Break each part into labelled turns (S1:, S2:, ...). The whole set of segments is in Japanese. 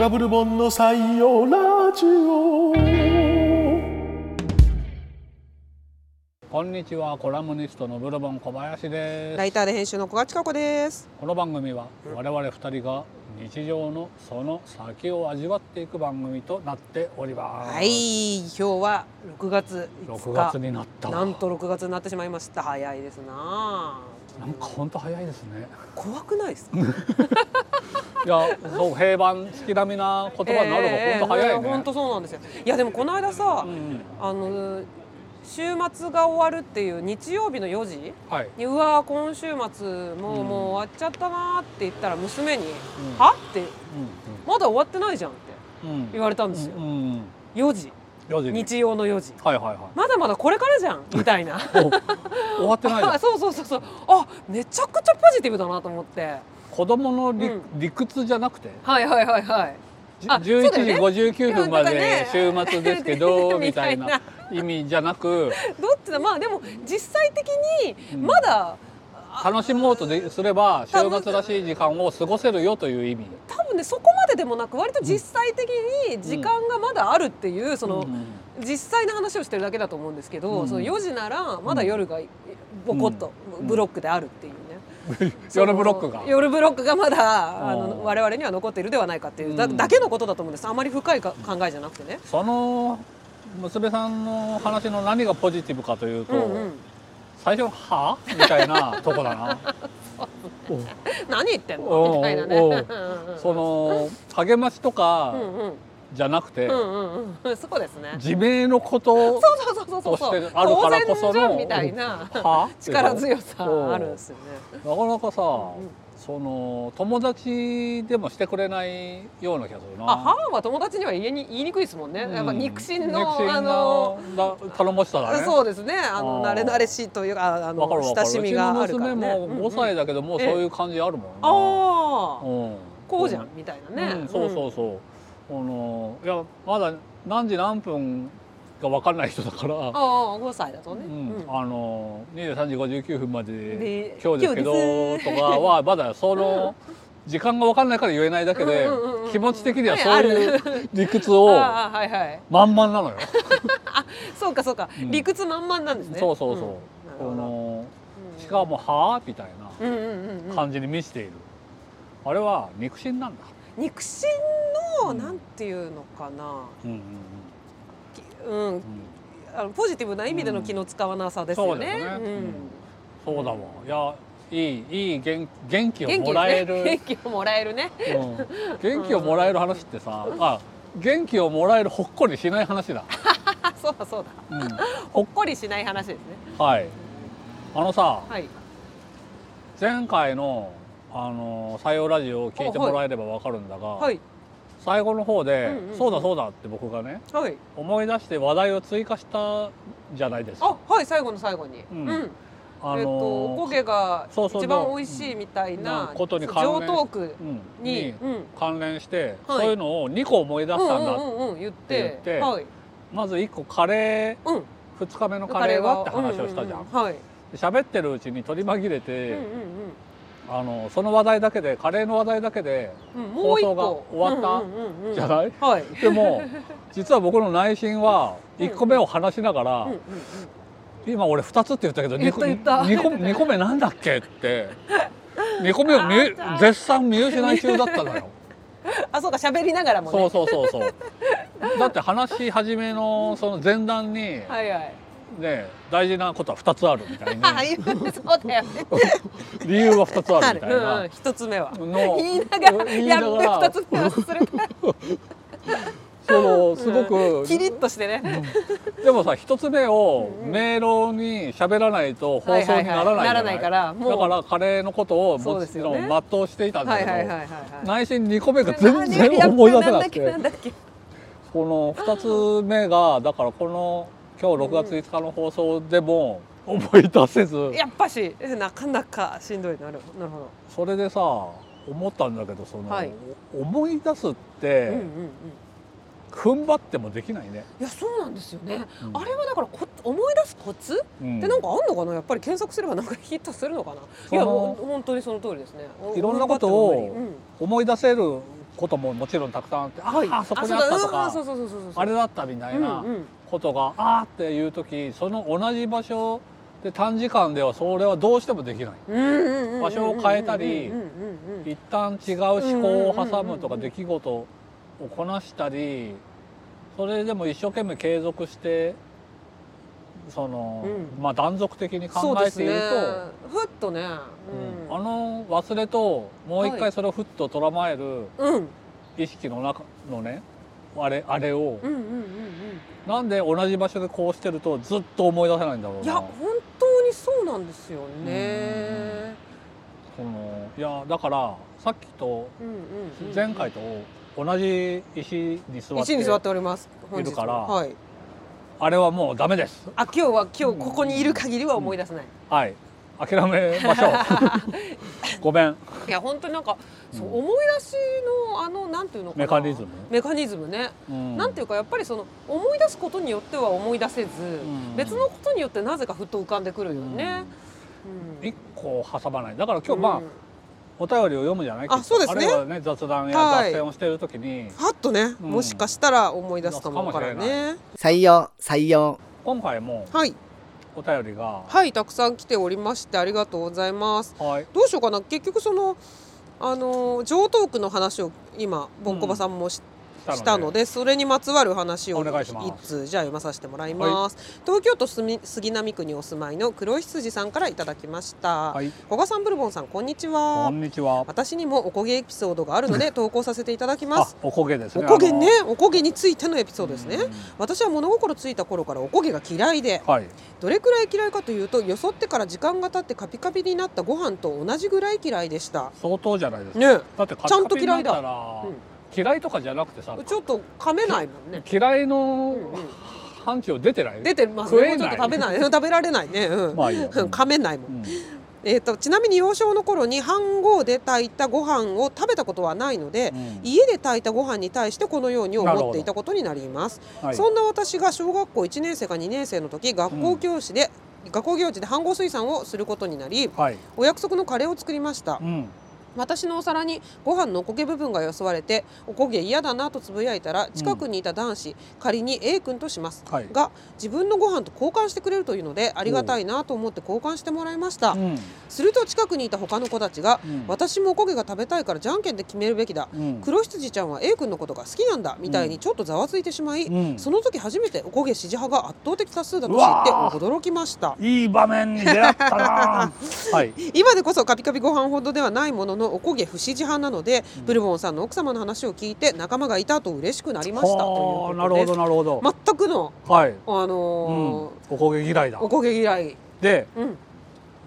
S1: ダブルボンの採用ラジオ
S2: こんにちはコラムニストのブルボン小林です
S3: ライターで編集の小賀千香子です。
S2: この番組は我々二人が日常のその先を味わっていく番組となっております
S3: はい、今日は6月
S2: 6
S3: 5
S2: 月
S3: 日。
S2: になった
S3: なんと6月になってしまいました。早いですな。
S2: なんか本当早いですね
S3: 怖くない ですか。
S2: いやそう平板好きだみな言葉にな
S3: ええ
S2: るのが本当早いね、
S3: 本当そうなんですよ。いやでもこの間さ、
S2: うん
S3: あの週末が終わるっていう日曜日の4時
S2: はい、
S3: にうわー今週末もう、
S2: うん
S3: もう終わっちゃったなーって言ったら娘に、
S2: ん
S3: はってまだ終わってないじゃんって
S2: うんうん
S3: 言われたんですよ。
S2: うんうん
S3: 4時
S2: 4時に
S3: 日曜の4時。
S2: はいはいは
S3: まだまだこれからじゃんみたいな。
S2: いお終わってないじゃ
S3: あ
S2: ん
S3: そうそうそうそうあめちゃくちゃポジティブだなと思って
S2: 子供の理,、
S3: うん
S2: 理屈じゃなくて
S3: はいはいはいはい
S2: じゅ
S3: あそうだよね
S2: 11時59分ま
S3: な
S2: で
S3: んか
S2: 週
S3: ね
S2: 末ですけどみ
S3: み
S2: た
S3: た
S2: い
S3: いな
S2: な意味じゃなく
S3: どっちだまあでも実際的に
S2: うん
S3: まだ、
S2: 楽しもうとですれば週末らしい時間を過ごせるよという意味
S3: 多分ねそこまででもなく割と実際的に時間がまだあるっていうその、
S2: うん
S3: 実際の話をしてるだけだと思うんですけど、
S2: うん
S3: その4時ならまだ夜がボコッと
S2: うん
S3: ブロックであるっていうね、その
S2: 夜ブロックが
S3: 夜ブロックがまだあ
S2: うん
S3: の我々には残っているではないかっていうだ,、
S2: うん
S3: だけのことだと思うんですあまり深いか考えじゃなくてね。
S2: その娘さんの話の何がポジティブかというと、
S3: うんうん
S2: 最初の「は?」みたいなとこだ な
S3: 何言ってん
S2: おう
S3: のみたいなね。
S2: おう
S3: うんうん
S2: その励ましとか
S3: うんうん
S2: じゃなくて、
S3: うんうんうんそうですね。
S2: 自明のこと
S3: そうそうそうそう
S2: そ
S3: そうう。
S2: してあるからこその
S3: 当然じゃんみたいな
S2: は
S3: 力強
S2: おう
S3: さあるんですよね。
S2: なかなかさ、
S3: んうん
S2: その友達でもしてくれないような気がするな
S3: あ、母は友達には言えに言いにくいですもんね。やっぱ肉親の
S2: うん肉
S3: あの
S2: だ頼もしさだね
S3: そうですね。あの
S2: あー
S3: 慣れ慣れしいというかああ
S2: わかる
S3: の
S2: わか
S3: 親
S2: る
S3: しみがあるから
S2: うち
S3: ね。
S2: の娘も5歳だけどもう
S3: え
S2: そう
S3: え
S2: いう感じあるもんな
S3: ああ、
S2: うん
S3: こうじゃんみたいな
S2: う
S3: ね
S2: ん。そうそうそう、あのいやまだ何時何分が分かんない人だから
S3: ああ5歳だと
S2: う
S3: ね。
S2: ん
S3: うん
S2: あの23時59分まで
S3: で
S2: 今日ですけど
S3: 今日です
S2: とかはまだその時間が分かんないから言えないだけで
S3: うんうんうんうん
S2: 気持ち的には
S3: ね
S2: そうい
S3: あ
S2: う理屈を
S3: ああはいはい。
S2: 満々なのよ。
S3: そうかそうか、
S2: うん
S3: 理屈満々なんですね。
S2: そうそうそう、
S3: んなる
S2: こ
S3: ほど
S2: の
S3: うん
S2: しかも「はあ?」みたいな。
S3: うんうんうんうん
S2: 感じに満ちている、あれは肉親なんだ、
S3: 肉親の、
S2: うん
S3: なんていうのかな、
S2: うんうん
S3: きうん、
S2: うん、
S3: あのポジティブな意味での気の使わなさですよね。
S2: うんそうですね
S3: ん
S2: そうだもんいやいいいい元元気を
S3: 元気
S2: もらえ
S3: ね、
S2: る
S3: 元気をもらえるね。
S2: うん、元気をもらえる話ってさ、あ元気をもらえるほっこりしない話 だ、
S3: あ、そうだそうだ。
S2: うん、
S3: ほっこりしない話ですね。
S2: はいあのさ
S3: はい。
S2: 前回のあの採用ラジオを聞いてもらえればわかるんだが、
S3: はい。
S2: 最後の方で、
S3: うんうんうん
S2: そうだそうだって僕がね
S3: はい。
S2: 思い出して話題を追加したじゃないです
S3: あ
S2: か、
S3: はい、最後の最後に。
S2: う
S3: うんん。
S2: あ
S3: えっと、
S2: の
S3: お焦げが
S2: そうそう
S3: 一番美味しいみたい
S2: うん
S3: な。
S2: ことに関連
S3: 上等句
S2: うん
S3: に。うん。
S2: 関連して、
S3: は
S2: そ
S3: い
S2: ういうのを2個思い出
S3: う
S2: し
S3: んう
S2: たんだ、
S3: んうんうん、言っ。
S2: 言ってて
S3: はい。
S2: まず1個カレ
S3: うん。
S2: ー2日目のカレーはって話をしたじゃん
S3: うううはい。
S2: で喋ってるうちに取り紛れ
S3: う
S2: て
S3: ん、うんうん。
S2: あのその話題だけでカレーの話題だけで
S3: うんもう一
S2: 放送が
S3: 個
S2: 終わった
S3: うんうんうんうん
S2: じゃない、
S3: はい。
S2: で も実は僕の内心は1個目を話しながら、
S3: うんうんうん
S2: 今俺2つって言ったけど
S3: 言
S2: 2,
S3: った言った
S2: 個二個目なんだっけって2個目を見え
S3: あー
S2: 絶賛見失い中だったのよ。
S3: あ、そうか、喋りながらもね。
S2: そうそうそうそうだって話し始めのその前段に、
S3: はいはい。
S2: ね、大事なことは2つあるみたい
S3: ああ
S2: な
S3: いうそうだよ ね。
S2: 理由は2つあるみたい
S3: うんうん
S2: な
S3: 一つ目は。
S2: の
S3: 言いながら、
S2: 言いな
S3: や
S2: がら
S3: っと二つ目は忘れた。
S2: そのすごく、
S3: キリッとしてね。
S2: でもさ1つ目を
S3: うんうん
S2: 明朗に喋らないと放送にならない,、
S3: はいはいはいならないからもう
S2: だからカレーのことを
S3: そう
S2: も
S3: で
S2: ち
S3: す
S2: ろ
S3: よね
S2: ん全うしていたんだ
S3: は
S2: け
S3: い
S2: ど、
S3: はいはいはいは
S2: 内心2個目が
S3: い。
S2: 全
S3: 何や
S2: 然思い出せなく
S3: なん
S2: て
S3: だっけ
S2: この2つ目がだからこの今日6月5日の放送でも思い出せず。
S3: なんだっけやっぱしなかなかしんどいなるなるほど。
S2: それでさ思ったんだけどその、
S3: はい
S2: 思い出すっ
S3: うんうんう
S2: て
S3: ん。
S2: 踏ん張ってもできないね。
S3: いやそうなんですよね。
S2: うん
S3: あれはだからこ思い出すコツ
S2: うん
S3: でなんかあんのかなやっぱり検索すればなんかヒットするのかな
S2: その
S3: いやもう本当にその通りですね
S2: いろんなことを
S3: うん
S2: 思い出せることももちろんたくさんあって、
S3: はい
S2: ああそこにあったと
S3: そうだうんあ
S2: か
S3: そうそうそうそうそう
S2: あれだったみたいな
S3: うんうん
S2: ことが、ああっていう時その同じ場所で短時間ではそれはどうしてもできない
S3: 場
S2: 場所を変えたり一旦違う思考を挟むとか
S3: うんうんうんう
S2: 出
S3: ん
S2: 来事をこなしたりそれでも一生懸命継続してその、
S3: う
S2: まあ断続的に考
S3: そうで
S2: え
S3: す
S2: ている
S3: ね
S2: と、
S3: ふっとね
S2: うんあの忘れともう一回それをふっと捉まえる
S3: うんうん
S2: 意識の中のねあれあれを、
S3: うんうんうん
S2: なんで同じ場所でこうしてるとずっと思い出せないんだろうなん
S3: ういや本当にそうなんですよね
S2: そのいやだからさっきと
S3: うんうんうん
S2: 前回と同じ石に座っ
S3: 一
S2: て
S3: 位に座っております本
S2: い
S3: 日
S2: る
S3: も
S2: から
S3: はい
S2: あれはもうダメです
S3: あ今日は今日ここにいる限りは思い出せない
S2: はい諦めまし ょうごめん
S3: いや本当になんかそううん思い出しのあのなんていうのかな
S2: メカニズム
S3: メカニズムね
S2: うん
S3: なんていうかやっぱりその思い出すことによっては思い出せず、
S2: ん
S3: 別のことによってなぜかふっと浮かんでくるよね。うん
S2: 一個挟まないだから今日まあ、
S3: うん
S2: お便りを読むじゃない
S3: あそうですね
S2: あるいはね雑談や
S3: はい
S2: 脱線をしてる時に、
S3: はっとね、
S2: うん
S3: もしかしたら思い出すかもから
S2: かもしれ
S3: ね。
S4: 採用採用
S2: 今回も
S3: はい、
S2: お便りが、
S3: はい、たくさん来ておりましてありがとうございます。
S2: はい、
S3: どうしようかな、結局そのあの上東区の話を今ボンコバさんもし,、したので、それにまつわる話を
S2: お願いします
S3: 一通じゃあ読まさせてもらいます。東京都杉杉並区にお住まいの黒羊さんからいただきました。
S2: はい、
S3: 小賀さんブルボンさんこんにち
S2: こ
S3: は
S2: んにちは
S3: 私にもおこげエピソードがあるので投稿させていただきま
S2: あ
S3: す
S2: おこげです
S3: お
S2: ね
S3: こげね
S2: あ
S3: おこげについてのエピソードですね
S2: うん
S3: 私は物心ついた頃からおこげが嫌いで
S2: のはい
S3: どれくらい嫌いかというとよそってから時間が経ってカピカピになったご飯と同じぐらい嫌いでした
S2: 相当じゃないですか、
S3: ね
S2: だって
S3: ちゃんと嫌
S2: カピカピに
S3: いだ
S2: なったら嫌いとかじゃなくてさ
S3: ちょっと噛めないもんね
S2: 嫌い
S3: うん
S2: の
S3: うん
S2: 範疇出てない
S3: 出てます
S2: 食え
S3: ねも
S2: な
S3: う
S2: い
S3: ちょっと食べない食べられないね、うん
S2: まあいいや
S3: 噛めないもん
S2: うん
S3: えー、とちなみに幼少の頃に飯合で炊いたご飯を食べたことはないので、
S2: うん
S3: 家で炊いたご飯に対してこのように思っていたことになります、
S2: はい
S3: そんな私が小学校1年生か2年生の時学校教師で、学校行事で飯合水産をすることになり
S2: はい
S3: お約束のカレーを作りました、
S2: うん
S3: 私のお皿にご飯のおこげ部分がよそわれておこげ嫌だなとつぶやいたら近くにいた男子、仮に A 君とします、
S2: はい
S3: が自分のご飯と交換してくれるというのでありがたいなと思って交換してもらいました、
S2: うん
S3: すると近くにいた他の子たちが、
S2: うん
S3: 私もおこげが食べたいからじゃんけんで決めるべきだ、
S2: うん
S3: 黒羊ちゃんは A 君のことが好きなんだみたいにちょっとざわついてしまい、
S2: うん
S3: その時初めておこげ支持派が圧倒的多数だと知
S2: う
S3: って
S2: わー
S3: 驚きました
S2: いい場面に出会った なはい
S3: 今でこそカピカピご飯ほどではないもののおこげ不支持派なので、ブルボンさんの奥様の話を聞いて仲間がいたと嬉しくなりまし
S2: は
S3: たと
S2: あ
S3: いう
S2: なる
S3: こと
S2: ほ
S3: です
S2: どなるほど、
S3: 全くの、
S2: はい、うん、
S3: あの
S2: お
S3: ー
S2: こげ嫌いだ
S3: おこげ嫌い、
S2: で
S3: うん、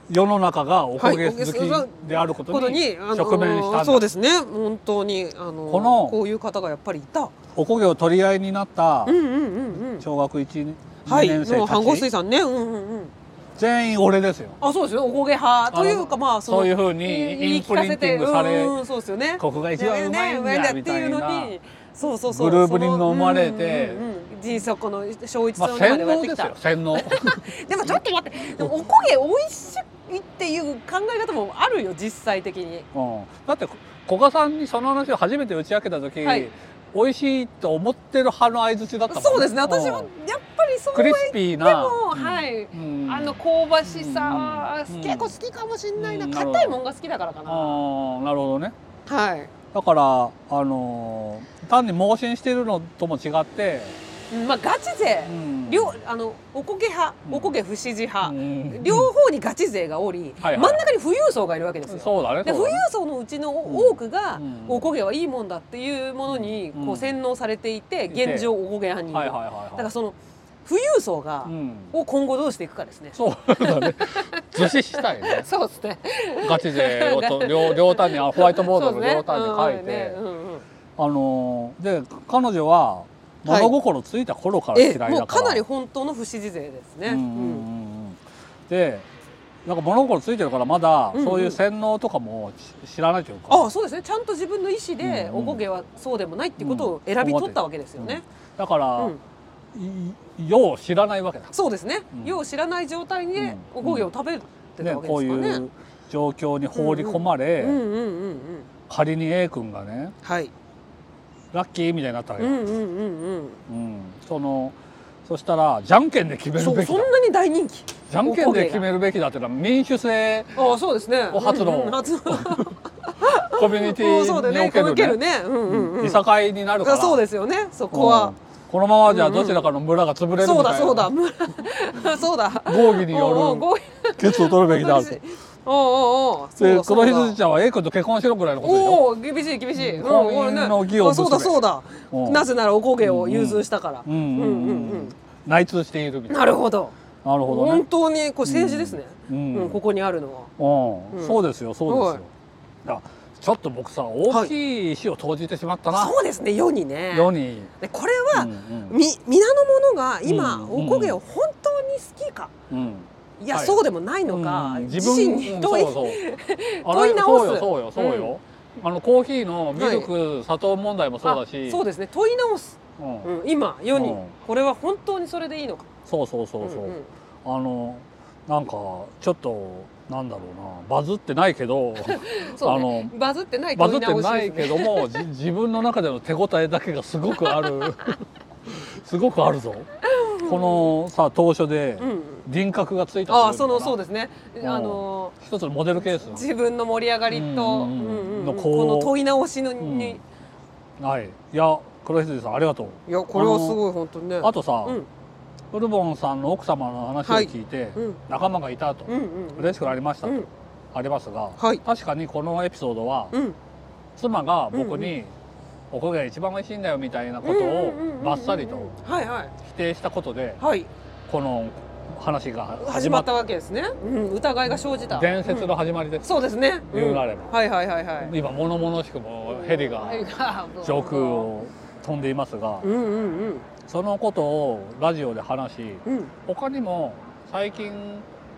S2: 世の中がおこげ
S3: はい
S2: 好きであることに
S3: あのー
S2: 直面したんだ
S3: そうですね本当にあのー
S2: この
S3: こういう方がやっぱりいた
S2: おこげを取り合いになった
S3: うんうんうんうん
S2: 小学1、
S3: は
S2: 2
S3: い
S2: 年生
S3: もう飯合
S2: た
S3: 水
S2: ち
S3: 産ねうんうんうん
S2: 全員俺ですよ
S3: あそうですよおこげ派というかまあ
S2: そういうふう
S3: 言
S2: にイ
S3: い
S2: ン
S3: 聞
S2: プ
S3: か
S2: リ
S3: せ
S2: ン
S3: て
S2: ティングされ
S3: うんうんそうですよね
S2: ここが一番うまいん
S3: ねね
S2: だ
S3: ね
S2: みたい
S3: って
S2: な
S3: うのにそうそうそう
S2: グルーブに飲まれて
S3: そのうんうんうん人足この小一
S2: ま
S3: さ
S2: あ
S3: んま
S2: 洗
S3: ではやっ
S2: 脳で
S3: てき
S2: す
S3: た、
S2: よ洗脳
S3: でもちょっと待ってでもおこげ美味しいっていう考え方もあるよ実際的に
S2: うんだって古賀さんにその話を初めて打ち明けた時
S3: はい
S2: 美味しいと思ってる派の相槌だったもん
S3: そうですね私
S2: う
S3: も
S2: ん
S3: やっぱりそう
S2: ク
S3: で
S2: リ
S3: も
S2: スピーな
S3: はい、
S2: うん
S3: あの香ばしさは
S2: うん
S3: 結構好きかもしんないな
S2: うん
S3: 硬いもんが好きだからかな
S2: あーなるほどね
S3: はい
S2: だからあのー単に盲信してるのとも違って、
S3: うんまあガチ勢
S2: うん
S3: 両あのおこげ派
S2: うん
S3: おこげ不支持
S2: う
S3: 派
S2: ん
S3: 両方にガチ勢がおり
S2: はい
S3: 真
S2: はい
S3: ん中に富裕層がいるわけですよ
S2: そうだね
S3: で
S2: そう
S3: 富
S2: だ
S3: 裕
S2: ね
S3: 層のうちの
S2: うん
S3: 多くが
S2: うん
S3: おこげはいいもんだっていうものに
S2: うん
S3: こう洗脳されていて
S2: いて
S3: 現状おこげ派にいる
S2: はい
S3: だ
S2: はい
S3: か
S2: はいはい
S3: らその富裕層が
S2: うん、
S3: を今後どうしていくかですね
S2: そうだ ね図示したいね
S3: そうですね
S2: ガチ勢を と両両端にあホワイトボード
S3: そ
S2: の
S3: うですね
S2: 両端に書いて、
S3: うんうんうんうん
S2: あのーで彼女は物心ついた頃から嫌いだから、
S3: えもうかなり本当の不支持勢ですね、
S2: ううんう
S3: うん
S2: ん
S3: ん
S2: うんでなんか物心ついてるからまだ
S3: うんうん
S2: そういう洗脳とかもし知らないというか、
S3: あそうですねちゃんと自分の意思で
S2: うんう
S3: お
S2: ん
S3: こげはそうでもないっていうことを選び取ったわけですよね、
S2: だから、
S3: うん
S2: いよう知らないわけだ
S3: そうですね、
S2: うん
S3: よう知らない状態でおこげを食べるってた
S2: ね、
S3: わけで
S2: こう
S3: すかね,、
S2: いう状況に放り込まれ、
S3: うんうんうんうん
S2: 仮に A 君がね
S3: はい
S2: ラッキーみたいになったわけ
S3: う
S2: よ、
S3: んうんうん
S2: うん、そのそしたらじゃんけんで決
S3: う
S2: め
S3: ん。
S2: る
S3: そう
S2: べき
S3: そ
S2: だ
S3: んなに大人気。
S2: じゃんけんで決
S3: る。
S2: めるべきだっていうのは民主制
S3: ああそうですね。
S2: お初の
S3: うんうん初の。
S2: コミュニテ
S3: うん そうだ
S2: ィ
S3: よ
S2: に おけ
S3: ね。こ
S2: る
S3: のける
S2: ね
S3: ね。うんうんうん。
S2: いさかいになるから
S3: あそうですよね。そこは
S2: うん。このままじゃどちらかの村が潰れるみたい
S3: そう
S2: な、
S3: だそうだ。む そうだ。
S2: 合議に
S3: おうおう
S2: よ
S3: ごい
S2: る決を取るべき だと
S3: 私おうおうおう。そう
S2: で
S3: だそ
S2: こ
S3: うだ
S2: の羊ちゃんは A 君と結婚しろぐらいのことでしょ
S3: おお厳しい厳しい。うん
S2: 婚姻の儀を
S3: あそうだ
S2: 結べ
S3: そうだ
S2: う。ん
S3: なぜならおこげを融通したから。
S2: うんうんうんうん内通しているみたいな
S3: なるほど。
S2: なるほどね
S3: 本当にこれ政治ですね。
S2: う、
S3: うんんここにあるのは。
S2: うん
S3: うん
S2: そうですよそうですよ
S3: は、
S2: だからちょっと僕さ大きい石を投じてしまったな、
S3: そうですね世にね。
S2: 世に、
S3: でこれ
S2: う
S3: は、
S2: んうん
S3: み皆の者が今、
S2: うん
S3: おこげを本当に好きか
S2: うん
S3: いや、
S2: はい
S3: そうでもないのか、
S2: うん
S3: 自身
S2: う
S3: に
S2: ん
S3: 問い、
S2: そう そうあ
S3: 問い直す
S2: そうよそうよそうよ、あのコーヒーのミルク、砂糖問題もそうだし
S3: あそうですね問い直す、
S2: うん
S3: うん、今世に、
S2: うん
S3: これは本当にそれでいいのか
S2: そうそうそうそう、
S3: んん
S2: あのなんかちょっとなんだろうなバズってないけど
S3: そうね
S2: あ
S3: バズって ない
S2: バ
S3: 問
S2: ズ
S3: い
S2: って
S3: 直し
S2: ない
S3: で
S2: け
S3: すね
S2: ども、じ自分の中での手応えだけがすごくあ るすごくあるぞこのさ当初で
S3: うん
S2: 輪郭がついた
S3: ああそのそう
S2: で
S3: ですね、
S2: うん
S3: あの
S2: 一つのモデルケース
S3: 自分の盛り上がりと、
S2: うんうんうん
S3: うんうんうん
S2: のこう
S3: この問い直しのに、
S2: はいいや黒羊さんありがとう
S3: いやこれはすごい本当にね
S2: あとさ、
S3: うん
S2: ウルボンさんの奥様の話を聞いて、
S3: うん
S2: 仲間がいたと、
S3: うんうん
S2: 嬉しくなりました
S3: う
S2: と、
S3: ん
S2: ありますが、
S3: はい
S2: 確かにこのエピソードは、
S3: うん
S2: 妻が僕
S3: う
S2: に「おこげが一番美味しいんだよ」みたいなことをバッサリと
S3: はいはい
S2: 否定したことで
S3: はい
S2: この話が
S3: 始まったわけですね、うん、疑いが生じた
S2: 伝説
S3: うん
S2: の始まりです、
S3: そうですね
S2: 言うな
S3: は
S2: れば
S3: いはいはいはい
S2: 今物々しくもヘリが
S3: ヘリが
S2: 上空を飛んでいますが
S3: うんうんうん
S2: そのことをラジオで話し
S3: うん
S2: 他にも最近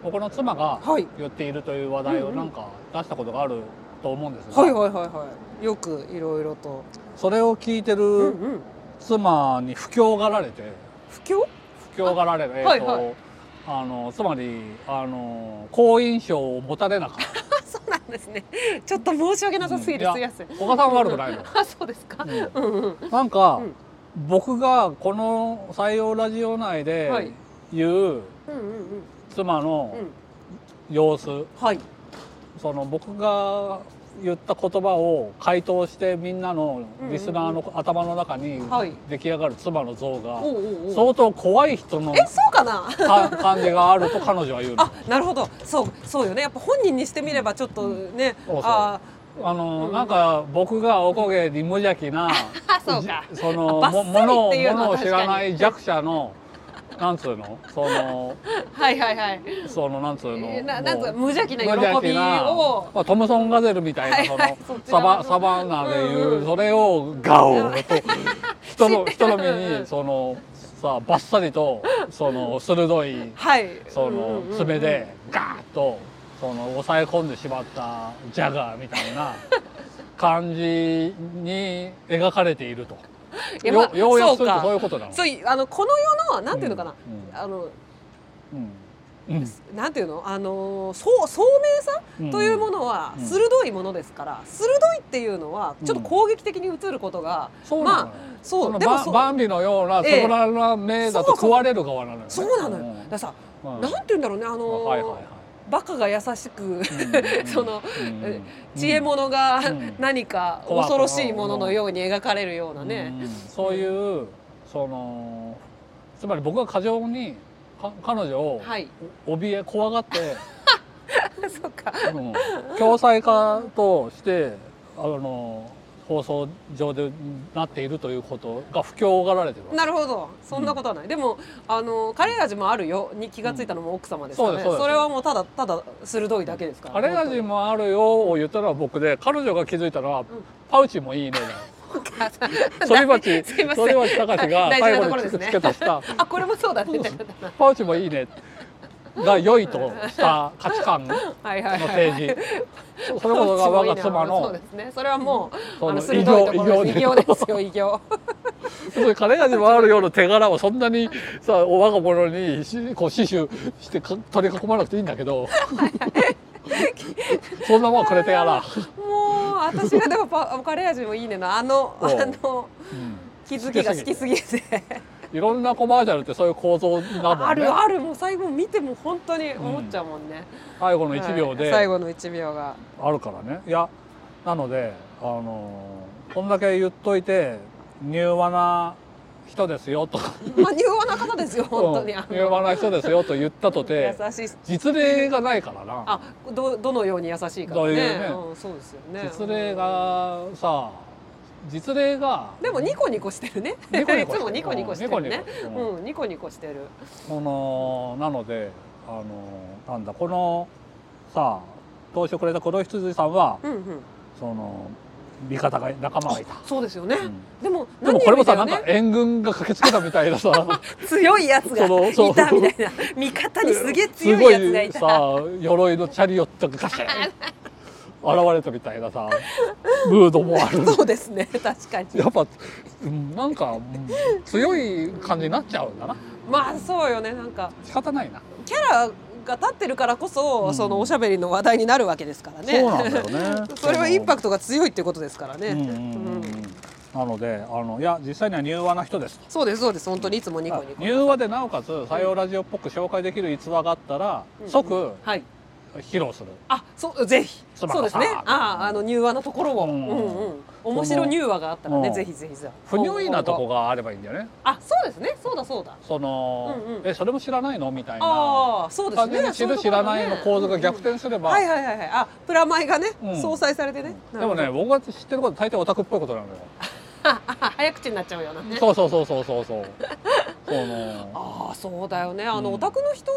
S2: 僕の妻が
S3: はい
S2: 言っているという話題をなんか出したことがあると思うんです
S3: はい
S2: が
S3: はいはいはいよくいろいろと
S2: それを聞いて
S3: うん
S2: る
S3: うん
S2: 妻に不況がられて
S3: 不況
S2: 不況がられるえ
S3: はい
S2: ーと
S3: はい
S2: あのつまりあの好印象を持たれなかった
S3: あそうなんですねちょっと申し訳なさすぎる
S2: うん
S3: すいません
S2: 小賀さんは悪くないの
S3: あそうですか
S2: う
S3: うんうん
S2: んなんか、
S3: うん
S2: 僕がこの採用ラジオ内
S3: はい
S2: で言う
S3: うんうんうん
S2: 妻
S3: う
S2: の
S3: ん
S2: 様子、
S3: はい
S2: その僕が言った言葉を回答してみんなのリスナーの頭の中に
S3: はい
S2: 出来上がる妻の像が
S3: おうおうおう
S2: 相当怖い人の
S3: えそうかな
S2: か感じがあると彼女は言うの
S3: あ。なるほどそうそうよねやっぱ本人にしてみればちょっとね、
S2: そうそう
S3: あ
S2: あの、なんか僕がおこげに無邪気な、
S3: そうか
S2: じその
S3: あバ
S2: も
S3: ッサリ
S2: の
S3: っ
S2: を
S3: ていうのは
S2: ものを知
S3: 確かに
S2: らない弱者のなんつうのその
S3: ー はいはいはい
S2: そのなんつうの
S3: な
S2: もう
S3: なんか無邪気な
S2: 無
S3: 喜び
S2: 邪気な
S3: を
S2: まあ、トムソン・ガゼルみたいな、
S3: はいはい
S2: その
S3: そっち
S2: サ
S3: 側
S2: バ
S3: の
S2: サバンナでいう、
S3: うんうん
S2: それ をガオーと人の人の目
S3: うんうん
S2: にそのさバッサリとその鋭い
S3: はい
S2: その
S3: うんうんうん
S2: 爪でガーッとその抑え込んでしまったジャガーみたい な感じに描かれていると。
S3: いやまあ
S2: よようやくす
S3: そ
S2: る
S3: う
S2: と
S3: か
S2: そういうことなの。
S3: そういあのこの世のなんていうのかな、
S2: うん
S3: あの
S2: うんうん
S3: なんていうのあのそう聡明さ
S2: うん
S3: というものは
S2: うん
S3: 鋭いものですから、鋭いっていうのはちょっと攻撃的に映ることが、
S2: そうなのよ
S3: まあ
S2: そ
S3: そう
S2: の
S3: でも
S2: バ
S3: そ
S2: バ
S3: う
S2: ンビのような
S3: ええ
S2: つぶらな目だと
S3: そうそう
S2: 食われる側なのよね。
S3: そうなのよ、だからさ、
S2: うん
S3: なんていうんだろうねあ
S2: う
S3: の
S2: んはいはいはい
S3: バカが優しく、
S2: うん
S3: その、
S2: うん
S3: え知恵者が
S2: うん
S3: 何か
S2: 怖く
S3: 恐ろしいもののように描かれるようなね、
S2: うんそういうそのつまり僕が過剰にか彼女を
S3: はい
S2: 怯え怖がって、
S3: そっか
S2: うん共済化としてあの放送上でなっているということが不況がられてるわけ
S3: なるほどそんなことはない、でもあのカレー味もあるよに気がついたのも奥様ですか
S2: うん
S3: ね、
S2: そうですそうです
S3: それはもうただただ鋭いだけですから
S2: カレー味もあるよを言ったのは僕で彼女が気づいたのは、パウチも いいねだ反鉢
S3: すいません
S2: 反鉢隆が
S3: 大
S2: 最
S3: 事
S2: 後
S3: なところ
S2: に
S3: で
S2: つけ
S3: すね
S2: つけ足した
S3: あこれもそうだね
S2: パウチもいいねが良いとした価値観の
S3: はいはい はい
S2: 提示そそれこそが我が妻
S3: そう
S2: の
S3: ですねそれはもう、
S2: うん
S3: あの
S2: そ
S3: 鋭
S2: の
S3: いところ
S2: 偉
S3: 偉
S2: 業
S3: 業
S2: ね
S3: ですよ偉業
S2: そういう 金味もあるような手柄をそんなにさお我が物にしこう死守してか取り囲まなくていいんだけどそんなもんくれてやら
S3: もうあ私がでもパカレー味もいいねんなあのあ
S2: そうう
S3: の
S2: ん
S3: 気づきが好きすぎて
S2: いろんなコマーシャルってそういう構造な
S3: あ
S2: もんね
S3: るあるもう最後見ても本当に思っちゃうもんね、
S2: 最後の1秒
S3: は
S2: で
S3: い最後の1秒が
S2: あるからねいやなのであのーこんだけ言っといて柔和な人ですよとか
S3: まあ柔和な方ですよ本当に、
S2: う
S3: あ
S2: ん
S3: の
S2: 柔和な人ですよと言ったとて
S3: 優しい
S2: 実例がないからな
S3: あどどのように優しいか
S2: どう
S3: ね
S2: いうね
S3: うん、そうですよね
S2: 実例がさ実例が
S3: でもニコニコしてるね
S2: ニコニコ
S3: いつもニコニコしてる
S2: ニ
S3: ね
S2: コニコしてる
S3: うんニコニコしてる
S2: このなのであのなんだこのさ投資をくれた黒羊さんは、
S3: うんうん
S2: その味方が仲間がいた、
S3: そうですよね、
S2: うん
S3: でも
S2: でもこれもさ、
S3: 何
S2: な
S3: より
S2: んか
S3: だよね
S2: 援軍が駆けつけたみたいなさ
S3: 強いやつが
S2: そのそう
S3: いたみたいな味方に すげえ
S2: す
S3: 強
S2: ご
S3: いやつがい
S2: い
S3: た
S2: さ鎧のチャリオットがガシャン現れたみたいなさムードもある
S3: そうですね確かに
S2: やっぱうんなんかうん強い感じになっちゃうんだな
S3: まあそうよねなんか
S2: 仕方ないな、
S3: キャラが立ってるからこそ、
S2: うん
S3: そのおしゃべりの話題になるわけですからね
S2: そうなんだよね
S3: それはインパクトが強いっていうことですからね、
S2: うんうんうん
S3: うん
S2: なのであのいや実際には柔和な人ですと
S3: そうですそうです本当にいつもニコニコ
S2: 柔和でなおかつ採用ラジオっぽく紹介できる逸話があったら、即
S3: はい
S2: 披露する、
S3: あそうぜひ
S2: そ
S3: そ
S2: ばか
S3: うですね
S2: さ
S3: あああの柔和なところを、
S2: う
S3: うんんうん、面白柔和があったら
S2: う
S3: ね
S2: ん
S3: ぜひぜひぜひ
S2: 不如意なとこがあればいいんだよね
S3: あそうですねそうだそうだ
S2: その、
S3: うんうん
S2: えそれも知らないのみたいな
S3: ああそうです
S2: 感じ
S3: ね
S2: で知る知らないの構図が逆転すれば、
S3: はいはいはいはいあプラマイがね、
S2: うん
S3: 相殺されてね、
S2: でも
S3: な
S2: ね
S3: るほ
S2: 僕が知ってること大体オタクっぽいことなのよ
S3: ど 早口になっちゃうようなね
S2: そうそうそうそうそうそうその
S3: ああそうだよねあの、
S2: うん
S3: お宅の人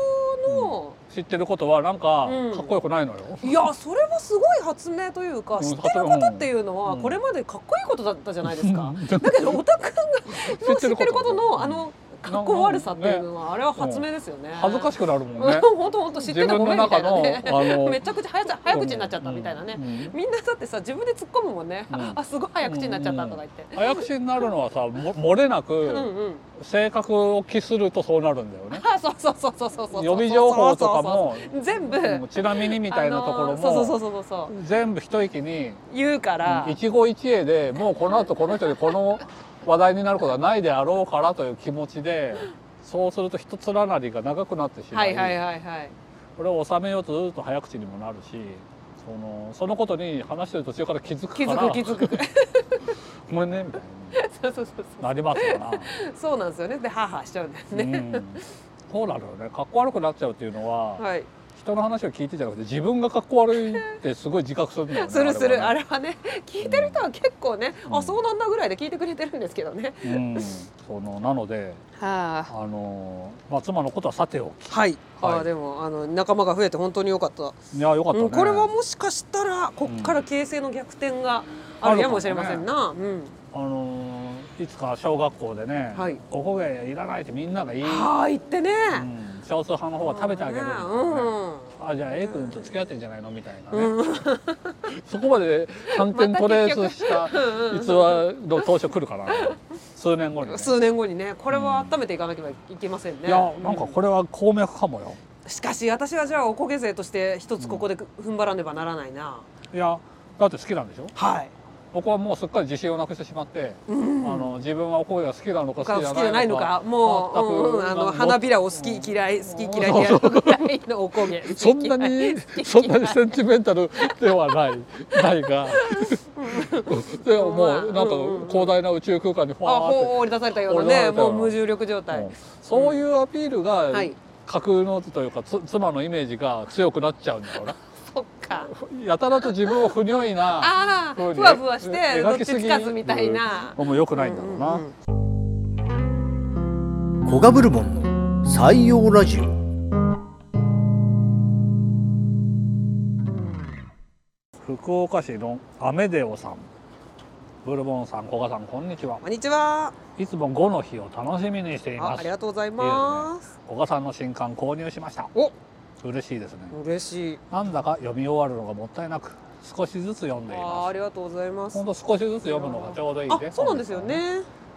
S3: の、
S2: 知ってることはなんか
S3: うん
S2: かっこよくないのよ、
S3: いやそれはすごい発明という
S2: う
S3: か、
S2: ん
S3: 知ってることっていうのは、
S2: うん
S3: これまでかっこいいことだったじゃないですか、
S2: うん
S3: だけどオタクが
S2: 知
S3: の
S2: ってるこ
S3: 知
S2: と
S3: ってることのあのかっこ悪さっていうのは、あれは発明ですよね、
S2: 恥ずかしくなるもんね
S3: 本当本当知ってたごめんみたいなね
S2: 自分の 中のあ の
S3: めちゃくちゃ早口早口になっちゃったみたいなね、
S2: うんうん
S3: みんなだってさ自分で突っ込むもんね、
S2: うん
S3: ああすごい早口になっちゃったとか言って、
S2: 早口になるのはさも漏れな
S3: うん
S2: く
S3: うん
S2: 性格を期するとそうなるんだよね
S3: あそうそうそうそうそうそう
S2: 予備情報とかも
S3: そうそうそう全部、
S2: うんちなみにみたいなところ
S3: あのそうそう
S2: も
S3: そうそうそう
S2: 全部一息に
S3: 言うから、
S2: 一期一会でもうこの後この人でこの話題になることはないであろうからという気持ちでそうすると一つらなりが長くなってしま
S3: はい
S2: い,、
S3: はいはいはい
S2: これを収めようとずっと早口にもなるしそのそのことに話してる途中から気づく
S3: 気
S2: か
S3: づ
S2: ら
S3: く気づく
S2: ごめんねみたい
S3: そうそうそう
S2: に
S3: そう
S2: なりますよな。
S3: そうなんですよねでハーハーしちゃうんです
S2: う
S3: ね、
S2: ん、そうなのよねかっこ悪くなっちゃうっていうのは、
S3: はい
S2: 人の話を聞いてじゃなくて自分がかっこ悪いってすごい自覚するんだよね
S3: するするあ
S2: れ
S3: れはね聞いてる人は結構ね、
S2: うん
S3: あそうなんだぐらいで聞いてくれてるんですけどね、
S2: はねうんそのなので
S3: はあ
S2: あの、まあ、妻のことはさてお
S3: はい、あ
S2: はい
S3: あでもあの仲間が増えて本当に良かった
S2: きいやよかったね、
S3: うん、これはもしかしたらこっから形勢の逆転があるやもしれませんな、うん
S2: あのいつか小学校でね、
S3: はい
S2: おこげいらないってみんなが言い、
S3: はあ言ってね、
S2: うん少数派の方は食べてあげるみたいなね、
S3: うん
S2: あじゃあ A 君と付き合ってんじゃないのみたいなね、そこまで反転トレースした逸話の当初来るかな数年後に、ね、
S3: 数年後にねこれは温めていかなければいけませんね、
S2: いやなんかこれは鉱脈かもよ
S3: しかし私はじゃあおこげ勢として一つここで踏ん張らねばならないな、
S2: いやだって好きなんでしょ
S3: はい
S2: 僕はもうすっかり自信をなくしてしまって、あの自分はお声が好きなのか
S3: が
S2: 好き
S3: 好きじゃないのかもう、うんうん、あの花びらを好き嫌い好き嫌いでやるぐらいのおこげ
S2: そんなにそんなにセンチメンタルではない ないが でももうなんか広大な宇宙空間にフ
S3: あ
S2: ァーって
S3: 放り出されたような
S2: 放り出され
S3: ね
S2: たよ
S3: も
S2: う
S3: う
S2: な
S3: 無重力状態、
S2: うんそういうアピールが
S3: はい
S2: 架空のというかつ妻のイメージが強くなっちゃうんだよな
S3: そっか
S2: やたらと自分を不如意な
S3: ああ
S2: 風に
S3: ふわふわして
S2: え
S3: ど
S2: 描
S3: っち
S2: きすぎ
S3: つかずみたいな
S2: のも良くないんだろうな、
S3: うんうん
S1: コガブルボンの採用ラジオ
S2: 福岡市のアメデオさんブルボンさん古賀さんこんにちは
S3: こんにちは。
S2: いつも5の日を楽しみにしてい
S3: あ
S2: ま、
S3: あ
S2: す
S3: りがとうございます。
S2: 古賀さんの新刊購入しました
S3: お、
S2: 嬉しいですね
S3: 嬉しい。
S2: なんだか読み終わるのがもったいなく少しずつ読んでい
S3: ああ、
S2: ま
S3: あ
S2: す
S3: りがとうございます
S2: ほん。と少しずつ読むのがちょうどいい
S3: あ
S2: ね、
S3: そうなんですよね。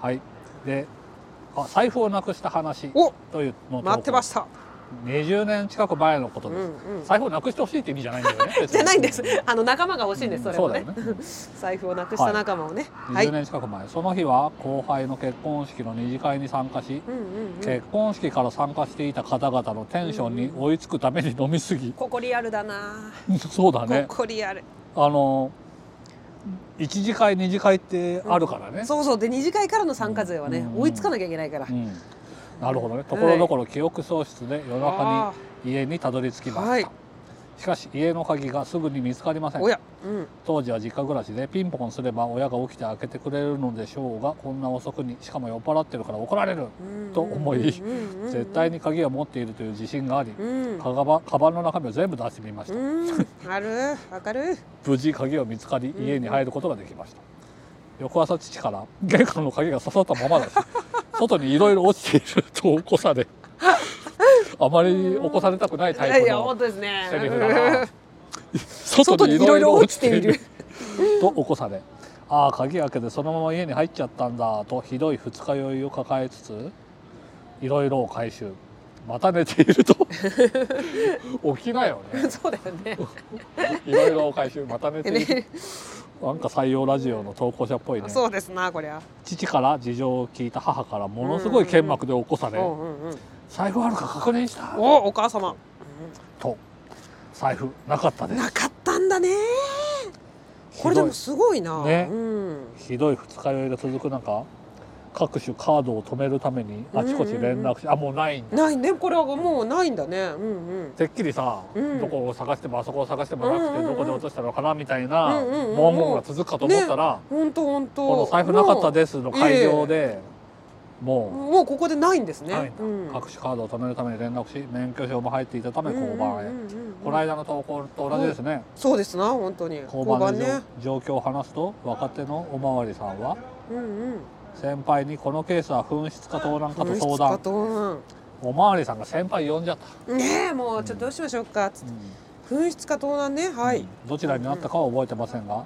S2: はいであ財布をなくした話
S3: お、
S2: というのを投稿
S3: 待ってました。
S2: 20年近く前のことです、
S3: うんうん
S2: 財布をなくしてほしいって意味じゃないんだよね別に
S3: じゃないんです。あの仲間が欲しいんです。それ
S2: そ
S3: も
S2: うだ
S3: ね
S2: よね。
S3: 財布をなくした仲間をね。はい。
S2: 20年近く前、その日は後輩の結婚式の二次会に参加し、
S3: うんうんうん。
S2: 結婚式から参加していた方々のテンションに追いつくために飲みすぎ、
S3: ここリアルだな。
S2: そうだね
S3: ここリアル。
S2: あの一次会二次会ってあるからね、
S3: そうそうで二次会からの参加勢はね
S2: うんうん
S3: 追いつかなきゃいけないから
S2: う。んなるほどねところどころ記憶喪失で夜中
S3: あ
S2: に家にたどり着きました、
S3: はい
S2: しかし家の鍵がすぐに見つかりませ
S3: ー
S2: ん
S3: おや。うん。
S2: 当時は実家暮らしでピンポンすれば親が起きて開けてくれるのでしょうがこんな遅くにしかも酔っ払ってるから怒られると思い絶対
S3: に。
S2: に鍵を持っているという自信があり
S3: うん。
S2: かがばカバンの中身を全部出してみました
S3: うん。ある。わかる。
S2: 無事鍵を見つかり
S3: うん
S2: 家に入ることができました翌朝父から玄関の鍵が刺さったまま だし外にいろいろ落ちていると起こされあまり起こされたくない
S3: いや
S2: タイ
S3: い
S2: プ
S3: や
S2: の
S3: 本当ですね。
S2: セリフだな
S3: 外
S2: 外
S3: に
S2: に
S3: い
S2: い
S3: ろ
S2: ろ
S3: い
S2: い
S3: ろ
S2: ろ
S3: 落
S2: 落
S3: ち
S2: ち
S3: て
S2: て
S3: い
S2: い
S3: る
S2: ると起こされああ鍵開けてそのまま家に入っちゃったんだとひどい二日酔いを抱えつついろいろを回収また寝ている と起きなよね
S3: うんそうだよね。
S2: いろいろを回収また寝て いる
S3: ね
S2: なんか採用ラジオの投稿者っぽいね
S3: そうですなこりゃ。
S2: 父から事情を聞いた母からものすごい剣幕で起こされ、
S3: うんうんうん。
S2: 財布あるか確認した
S3: おお母様。
S2: と財布なかったです
S3: なかったんだね。これでもすごいな。
S2: ね
S3: うん。
S2: ひどい二日酔いが続く中各種カードを止めるためにあちこち連絡し、あもうないんだ
S3: ないねこれはもうないんだね。うんうん。
S2: てっきりさ、
S3: うん
S2: どこを探してもあそこを探してもなくて、
S3: うんうんうん
S2: どこで落としたのかなみたいな
S3: うんうんうん
S2: 文言が続くかと思ったら、
S3: 本当本当。
S2: この財布なかったですの会場で、
S3: もう。
S2: も
S3: もうここでないんです
S2: う、
S3: ね。
S2: ないんだ、
S3: うん
S2: 各種カードを止めるために連絡し免許証も入っていたため交番へ、
S3: うんうんうんうん
S2: この間の投稿と同じですね、
S3: そうですな本当に。
S2: 交番の
S3: 交
S2: 状
S3: ね。
S2: 状況を話すと若手のおまわりさんは
S3: うんうん。
S2: 先輩にこのケースは紛失か盗難かと相
S3: 紛失か
S2: 談
S3: 盗難
S2: おまわりさんが先輩呼んじゃった、
S3: ねえもうちょっとどうしましょうか。つって紛失か盗難ねは
S2: う
S3: い
S2: ん。どちらになったかは覚えてませんが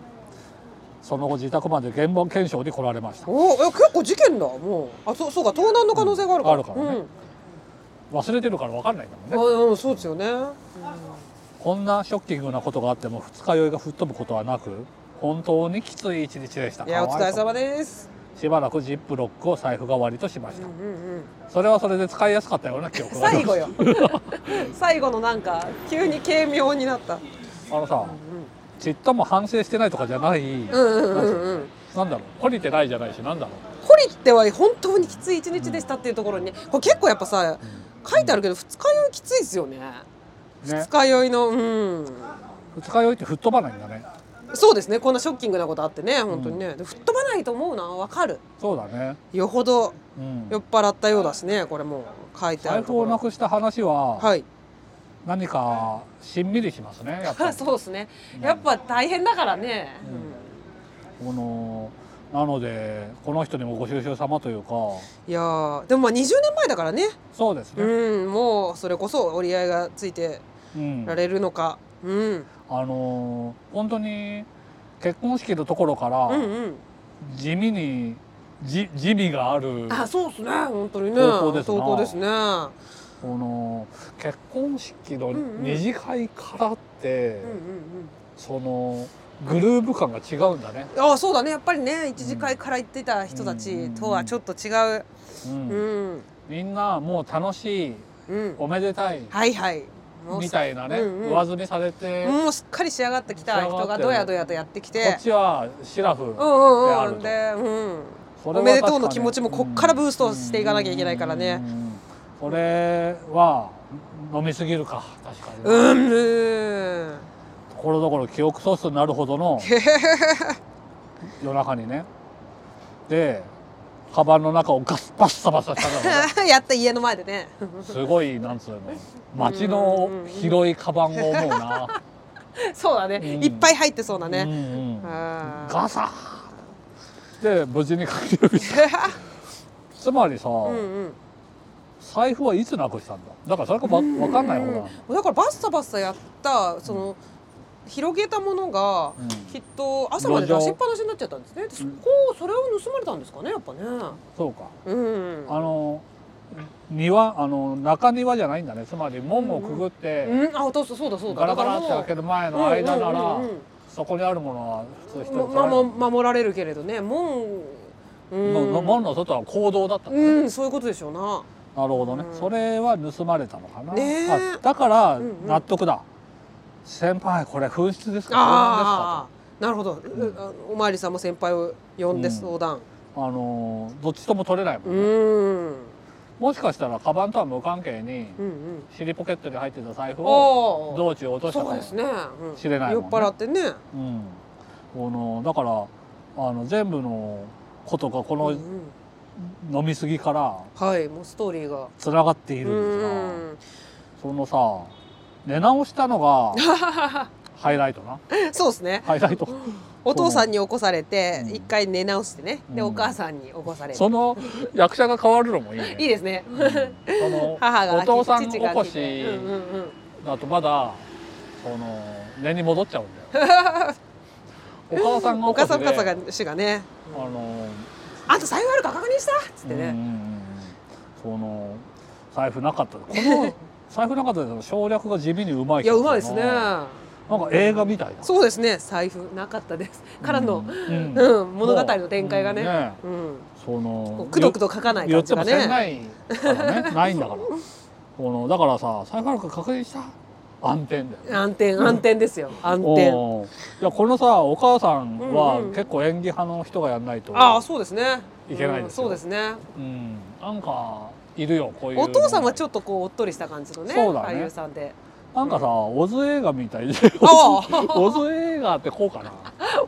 S2: その後自宅まで現場検証に来られました
S3: おお結構事件だもう。あそうそうか盗難の可能性があるから。
S2: あるからね忘れてるから分かんないんだもん
S3: うん。
S2: ね
S3: あうんそうですよね。
S2: こんなショッキングなことがあっても二日酔いが吹っ飛ぶことはなく本当にきつい一日でした
S3: いやお疲
S2: かわ
S3: れ
S2: いそう
S3: 様です。
S2: しばらくジップロックを財布代わりとしまし
S3: う
S2: た
S3: んうんうん。
S2: それはそれで使いやすかったような記憶があり
S3: 最
S2: ます
S3: 後よ 最後のなんか急に軽妙になった
S2: あのさちっとも反省してないとかじゃない、
S3: うんうんうんうん
S2: なんだろう懲りてないじゃないしなんだろう
S3: ホリっては本当にきつい一日でしたっていうところにねこれ結構やっぱさ書いてあるけど二日酔いきついですよね
S2: ね
S3: 二日酔いのうん
S2: 二日酔いって吹っ飛ばないんだね
S3: そうですねこんなショッキングなことあってね本当にねで吹っ飛ばないと思うなわかる
S2: そうだね、
S3: よほど
S2: うん、
S3: 酔っ払ったようだしねこれもう書いてあ
S2: 財
S3: ると
S2: 布
S3: こ
S2: をな
S3: ろ
S2: くした話は、
S3: はい
S2: 何かしんみりしますねやっぱり
S3: そうですねやっぱ大変だからね
S2: このなのでこの人にもご愁傷様というか
S3: いやーでもまあ20年前だからね
S2: そうですね、
S3: うんもうそれこそ折り合いがついて
S2: うん
S3: られるのか。うん。
S2: あのー本当に結婚式のところから
S3: うんうん。
S2: 地味に、じ地味がある
S3: あ、そうですね。本当にね。
S2: 投稿ですな
S3: 投稿ですね。
S2: この結婚式の
S3: んうん
S2: 二次会からって、
S3: うんうん
S2: そのグルーヴ感が違うんだね、
S3: うん。あ、そうだね。やっぱりね、一次会から行ってた人たちとはちょっと違う。
S2: うん
S3: うん。
S2: みんなもう楽しい
S3: うん。
S2: おめでたい
S3: はいはい。もう
S2: みたいなね、
S3: うんうん
S2: 上積みされて、こ
S3: もうすっかり仕上がってきた人がどやどやとやってきて
S2: っ。ちはシラフ、
S3: うんうん
S2: であ
S3: う
S2: る
S3: ん。
S2: と
S3: で、うん。
S2: それは確かに
S3: おめでとうの気持ちもこっからブーストしていかなきゃいけないからね
S2: うんうんこれは飲みすぎるか確かに、
S3: うん。 うん
S2: ところどころ記憶喪失になるほどの夜中にねでカバンの中をガッバッサバサしたから ね
S3: やった家の前でね。
S2: すごいなんつうの街の広いカバンを思うな、
S3: そうだね。
S2: うん
S3: いっぱい入ってそうだ
S2: うん
S3: ね。
S2: うん
S3: あー
S2: ガサーで無事に帰るつまりさ、
S3: うん
S2: 財布はいつなくしたんだだからそれかわわかんないほら、
S3: うん、だからバッサバッサやったその広げたものが、
S2: うん
S3: きっと朝まで
S2: 路
S3: 出
S2: 上
S3: しっぱなしになっちゃったんですねでそこそれを盗まれたんですかねやっぱね
S2: そうか
S3: うん
S2: あの庭あの中庭じゃないんだねつまり門をくぐって、
S3: うん、あ、そうそうそうだそうだ。
S2: ガラガラって開ける前の間なら、
S3: うんうんうん
S2: そこにあるものは普通人
S3: うん
S2: に取
S3: ま
S2: られる
S3: ま守られるけれどね、門、う
S2: のの門
S3: ん、
S2: の外は行動だったのね、
S3: うん、そういうことでしょうな。
S2: なるほどね、
S3: うん
S2: それは盗まれたのかな、
S3: ねえ
S2: あだから
S3: うんうん
S2: 納得だ、先輩これ紛失ですか盗難ですか
S3: ああ、なるほど。
S2: ん
S3: あおまわりさんも先輩を呼んで
S2: うん
S3: 相談。
S2: とあのーどっちとも取れないも、
S3: うんん、うん、
S2: もしかしたらカバンとは無関係に
S3: うん。
S2: 尻ポケットに入ってた財布を
S3: あ
S2: 道中落と
S3: あ、
S2: した
S3: そう
S2: か
S3: で
S2: も
S3: すね。うん
S2: 知れない
S3: 酔
S2: もん
S3: っ
S2: ね
S3: 払ってね。
S2: うん、このだからあの全部のことがこ
S3: う
S2: の
S3: んうん
S2: 飲み過ぎから
S3: はい、もうストーリーが。
S2: つながっている
S3: うん
S2: ですが、
S3: ん。
S2: そのさ寝直したの がハイライトな
S3: そうですね。
S2: ハイライト
S3: お父さんに起こされて
S2: うん
S3: 一回寝直してね、で
S2: うん
S3: お母さんに起こされる
S2: その役者が変わるのもいいね
S3: いいですね
S2: うんその
S3: 母が
S2: お父さん起
S3: 父が
S2: こ
S3: 来
S2: して
S3: うんうんうん
S2: だとまだその根に戻っちゃうんだよ お母さんが
S3: お
S2: 起こ
S3: 母
S2: し
S3: さんお母さ
S2: で
S3: んがしがね
S2: あの
S3: あんた財布あるか確認したっつって
S2: うんうんう
S3: ね、
S2: んその財布なかったこ の財布なかったです省略が地味にうまい
S3: いや
S2: 人
S3: うまいですね
S2: なんか映画みたいな
S3: そうですね財布なかったですからの、
S2: うん
S3: うん物語の展開がね,、
S2: もうね
S3: うん
S2: そ
S3: こう
S2: の
S3: くどくど書かない
S2: 言
S3: 感
S2: っ
S3: じ
S2: て
S3: が
S2: も
S3: ね
S2: せんないから ねないんだからこのだからさ財布あるか確認した暗転だよね
S3: 暗転暗転ですよ暗転
S2: おーいやこのさお母さんは
S3: うんうん
S2: 結構演技派の人がやんないと
S3: ああそうですね
S2: いけないです
S3: う
S2: よ
S3: んそうですね
S2: うんなんかいるよこういうの
S3: お父さんはちょっとこうおっとりした感じのね
S2: そうだね
S3: 俳優さん で
S2: なんかさオズ映画みたいで
S3: ああ
S2: オズ映画ってこうかな